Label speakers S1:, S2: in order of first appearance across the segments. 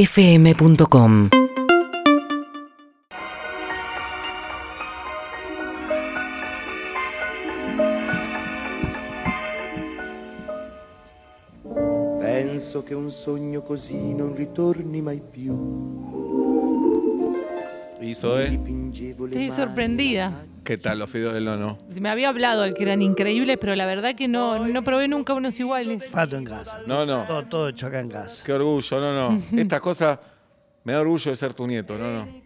S1: urbanaplayfm.com
S2: Penso che un sogno così non ritorni mai più.
S3: Y
S4: ¿eh?
S3: Zoe,
S2: Dipingevo le
S5: Estoy
S2: mani
S5: sorprendida.
S3: ¿qué tal los fideos del nono?
S5: Me había hablado el que eran increíbles, pero la verdad que no, no probé nunca unos iguales.
S4: Fato en casa.
S3: No, no,
S4: Todo, todo hecho acá en casa.
S3: qué orgullo, no, no. Estas cosas me da orgullo de ser tu nieto, no, no.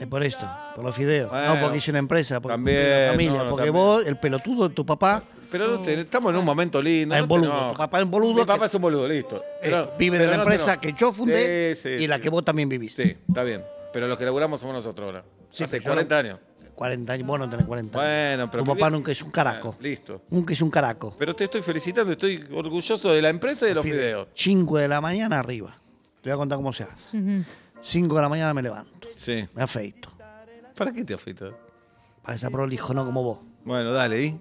S4: Es por esto, por los fideos.
S3: Bueno.
S4: no porque hice una empresa, porque
S3: También,
S4: porque la familia,
S3: no, no,
S4: porque
S3: también.
S4: vos, el pelotudo de tu papá, eh,
S3: Pero no te- estamos en un momento lindo.
S4: Ah,
S3: no
S4: un
S3: te
S4: boludo.
S3: enojes.
S4: Tu papá es un boludo
S3: Mi
S4: que-
S3: papá es un boludo, listo.
S4: eh,
S3: Pero-
S4: vive de
S3: pero
S4: la
S3: no te
S4: empresa
S3: enojes.
S4: que yo fundé
S3: Sí, sí,
S4: y la
S3: sí.
S4: que vos también viviste.
S3: Sí, está bien. Pero los que laburamos somos nosotros ahora.
S4: Sí,
S3: Hace
S4: pero yo
S3: 40
S4: no-
S3: años.
S4: 40 años, vos no tenés 40 años.
S3: Bueno, pero.
S4: Tu papá nunca es un caraco.
S3: Bueno, listo.
S4: Nunca es un caraco.
S3: Pero te estoy felicitando, estoy orgulloso de la empresa y de los fideos.
S4: 5 de la mañana arriba. Te voy a contar cómo se hace. 5 de la mañana me levanto,
S3: Sí.
S4: me afeito.
S3: ¿Para qué te afecta?
S4: Para estar prolijo, no como vos.
S3: Bueno, dale, ¿y?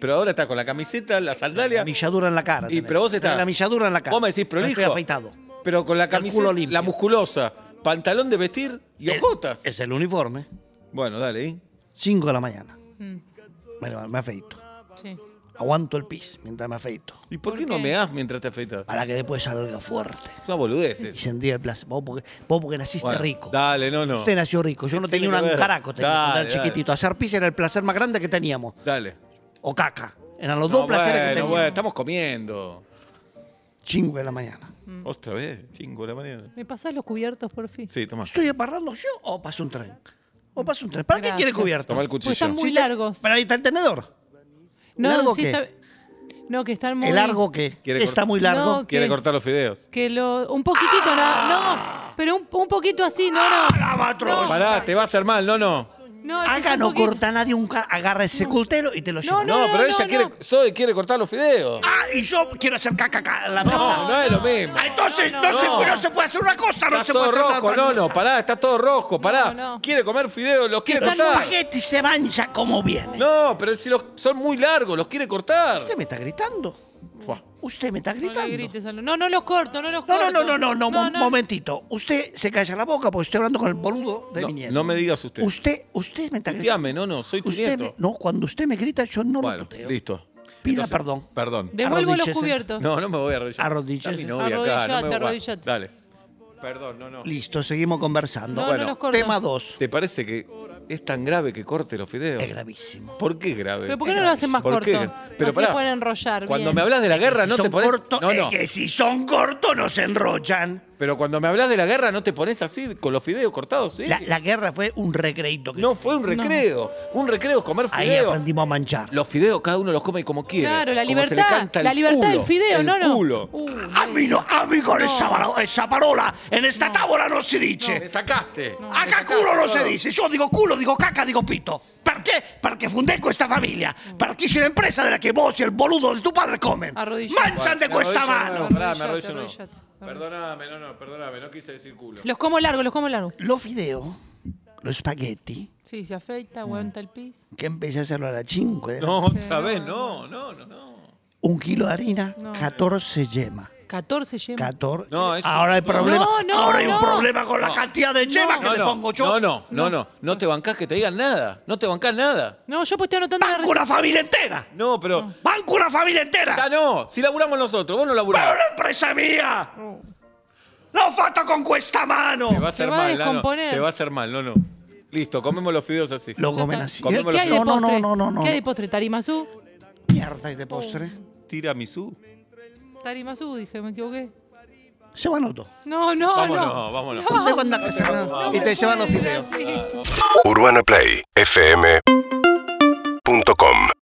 S3: Pero ahora estás con la camiseta, la sandalia.
S4: La milladura en la cara.
S3: Y,
S4: tenés.
S3: pero vos estás-
S4: La milladura en la cara.
S3: Vos me decís
S4: No
S3: prolijo.
S4: Estoy afeitado.
S3: Pero con la
S4: Con el culo
S3: camiseta,
S4: limpio.
S3: la musculosa, pantalón de vestir y ojotas.
S4: Es el uniforme.
S3: Bueno, dale, ¿y?
S4: 5 de la mañana.
S5: Mm,
S4: Me, levanto, me afeito.
S5: sí.
S4: Aguanto el pis mientras me afeito.
S3: ¿Y por,
S5: ¿Por
S3: qué, no
S5: qué?
S3: me das mientras te afeitas?
S4: Para que después salga fuerte.
S3: Una boludez
S4: Y
S3: es.
S4: sentí el placer. Vos porque, vos porque naciste
S3: Bueno,
S4: rico.
S3: Dale, no, no.
S4: Usted nació rico. Yo no
S3: Tiene que
S4: tenía una- un
S3: ver.
S4: caraco. Tenía
S3: Dale,
S4: cuando era
S3: dale.
S4: chiquitito. Hacer pis era el placer más grande que teníamos.
S3: Dale.
S4: O caca. Eran los
S3: No,
S4: dos placeres que
S3: bueno,
S4: teníamos.
S3: bueno, estamos comiendo.
S4: 5 de la mañana.
S3: Otra vez, cinco de la mañana.
S5: ¿Me pasás los cubiertos, por fin?
S3: Sí, toma.
S4: ¿Estoy aparrando yo o pasa un tren? ¿O pasa un tren? ¿Para
S5: Gracias.
S4: qué quiere cubierto?
S3: Toma el
S5: Porque están
S3: cuchillo.
S5: muy largos.
S4: Pero ahí está el tenedor. ¿Largo qué?
S5: No, que están muy...
S4: ¿El largo qué?
S3: Quiere
S4: Está
S3: cortar.
S4: muy largo.
S5: No,
S3: Quiere
S5: ¿qué?
S3: cortar los fideos.
S5: Que lo... Un poquitito,
S4: Ah.
S5: nada- no. Pero un, un poquito así, no, no.
S3: Pará, te va a hacer mal, no, no.
S5: No, ese es
S4: Acá
S5: un
S4: no
S5: Ah, poquito.
S4: corta nadie un ca- Agarra ese cultero y te lo lleva.
S5: No,
S3: No, pero
S5: no,
S3: ella
S5: no.
S3: quiere. Zoe quiere cortar los fideos.
S4: Ah, y yo quiero hacer caca acá en la
S3: No,
S4: mesa.
S3: no, es lo mismo.
S4: Ah, Entonces no,
S5: No, no,
S4: se,
S3: no.
S4: no se puede hacer una cosa, Ah, no
S3: Estás
S4: se puede
S3: todo
S4: hacer
S3: rojo,
S4: otra.
S3: no, no, pará, está todo rojo, pará.
S5: No, no.
S3: Quiere comer fideos, los quiere
S4: Pero el
S3: cortar.
S4: espagueti se mancha como viene.
S3: No, pero si los son muy largos, los quiere cortar.
S4: Usted me está gritando.
S3: Buah.
S4: Usted me está
S5: No le
S4: gritando.
S5: grites a los- No, no los corto, no los
S4: No, no,
S5: corto.
S4: no, no, no, no, mo- momentito. Usted se calla la boca porque estoy hablando con el boludo de
S3: No,
S4: mi nieto.
S3: no me digas usted.
S4: Usted, usted me está gritando.
S3: Dígame, no, no, soy tu
S4: Usted
S3: nieto.
S4: me- no, cuando usted me grita, yo no lo
S3: bueno,
S4: tuteo.
S3: listo.
S4: Pida perdón.
S3: Perdón.
S5: Devuelvo los
S4: Arrodíllese.
S5: cubiertos.
S3: No, no me voy a arrodillar.
S4: Arrodíllese.
S3: Está mi novia acá, no me
S5: Arrodillate,
S3: voy-
S5: arrodillate.
S3: Dale. Perdón, no, no.
S4: Listo, seguimos conversando.
S5: No,
S3: Bueno,
S5: no los corto.
S4: Tema 2.
S3: ¿Te parece que es tan grave que corte los fideos?
S4: Es gravísimo.
S3: ¿Por qué grave?
S5: Pero ¿por qué no lo hacen más
S3: ¿Por qué?
S5: corto?
S3: Pero
S5: Así
S3: pará,
S5: pueden enrollar
S3: Cuando
S5: bien.
S3: me hablas de la guerra
S4: Si
S3: no
S4: son
S3: te pones
S4: cortos,
S3: No,
S4: es
S3: no.
S4: que si son cortos nos enrollan.
S3: Pero cuando me hablas de la guerra no te pones así con los fideos cortados, ¿sí?
S4: La, la guerra fue un recreito. que-
S3: No fue un recreo. Un recreo es comer
S4: Ahí
S3: fideos.
S4: aprendimos a manchar.
S3: Los fideos cada uno los come como quiere.
S5: Claro, la
S3: como se le
S5: libertad.
S3: canta el
S5: La libertad del
S3: culo,
S5: fideo,
S3: el
S5: no, no.
S3: culo.
S5: Uh, no.
S4: A mí no, a mí con
S5: No.
S4: esa, paro- esa parola, en esta tábora no se dice.
S3: Me sacaste. Me
S4: Acá
S3: sacaste
S4: culo no se
S3: todo.
S4: dice. Yo digo culo, digo caca, digo pito. Perché? Perché fundé questa famiglia.
S3: Mm.
S4: Perché hice un'impresa della che vos e il boludo di tuo padre comen.
S5: Arrodillate.
S4: Manchan de
S3: Me
S4: questa
S3: arrodillo de
S4: mano.
S3: nuevo, pará, me
S5: Arrodillate,
S3: arrodillo de nuevo.
S5: arrodillate.
S3: Perdóname, no, no, perdóname, no quise decir culo.
S5: Los como largos, los como largos.
S4: Lo fideo, lo spaghetti,
S5: Sí, se afeita, aguanta el pis.
S4: che empecé a hacerlo a las 5.
S3: No, otra vez, no, no, no, no.
S4: Un kilo de harina,
S5: No.
S4: 14 yema.
S5: 14 yemas.
S4: 14.
S3: No, eso-
S4: Ahora hay
S3: no.
S4: problema.
S5: No, no,
S4: Ahora hay un
S5: no.
S4: problema con la
S3: No.
S4: cantidad de yema
S5: No.
S4: que
S3: No,
S4: le
S3: no,
S4: pongo yo.
S3: no, no, no, no, no te bancás que te digan nada, no te bancás nada.
S5: No, yo pues estoy anotando la
S4: Banco
S5: receta.
S4: una familia entera.
S3: No, pero
S4: Banco una familia entera.
S3: ya no, si laburamos nosotros, vos no
S4: ¡Pero
S3: laburás.
S4: una empresa mía! ¡L'ho fatta con questa
S3: Te va a
S4: mano!
S5: Se
S3: hacer
S5: va a
S3: mal, Lano,
S5: descomponer.
S3: te va a hacer mal, no, no. Listo, comemos los fideos así.
S4: Lo comen así.
S3: Comemos
S5: ¿Qué hay de
S4: No, no,
S5: postre?
S4: no, no, no.
S5: ¿Qué hay de postre? Tarimazú.
S4: Mierda, y de postre.
S3: Tiramisú.
S5: Tarimazú, dije, me equivoqué.
S4: Se van los dos.
S5: No, no,
S3: Vámonos,
S5: no.
S3: vámonos.
S4: Se van a casar y te llevan los fideos.
S5: Sí.
S6: Urbana Play fm.com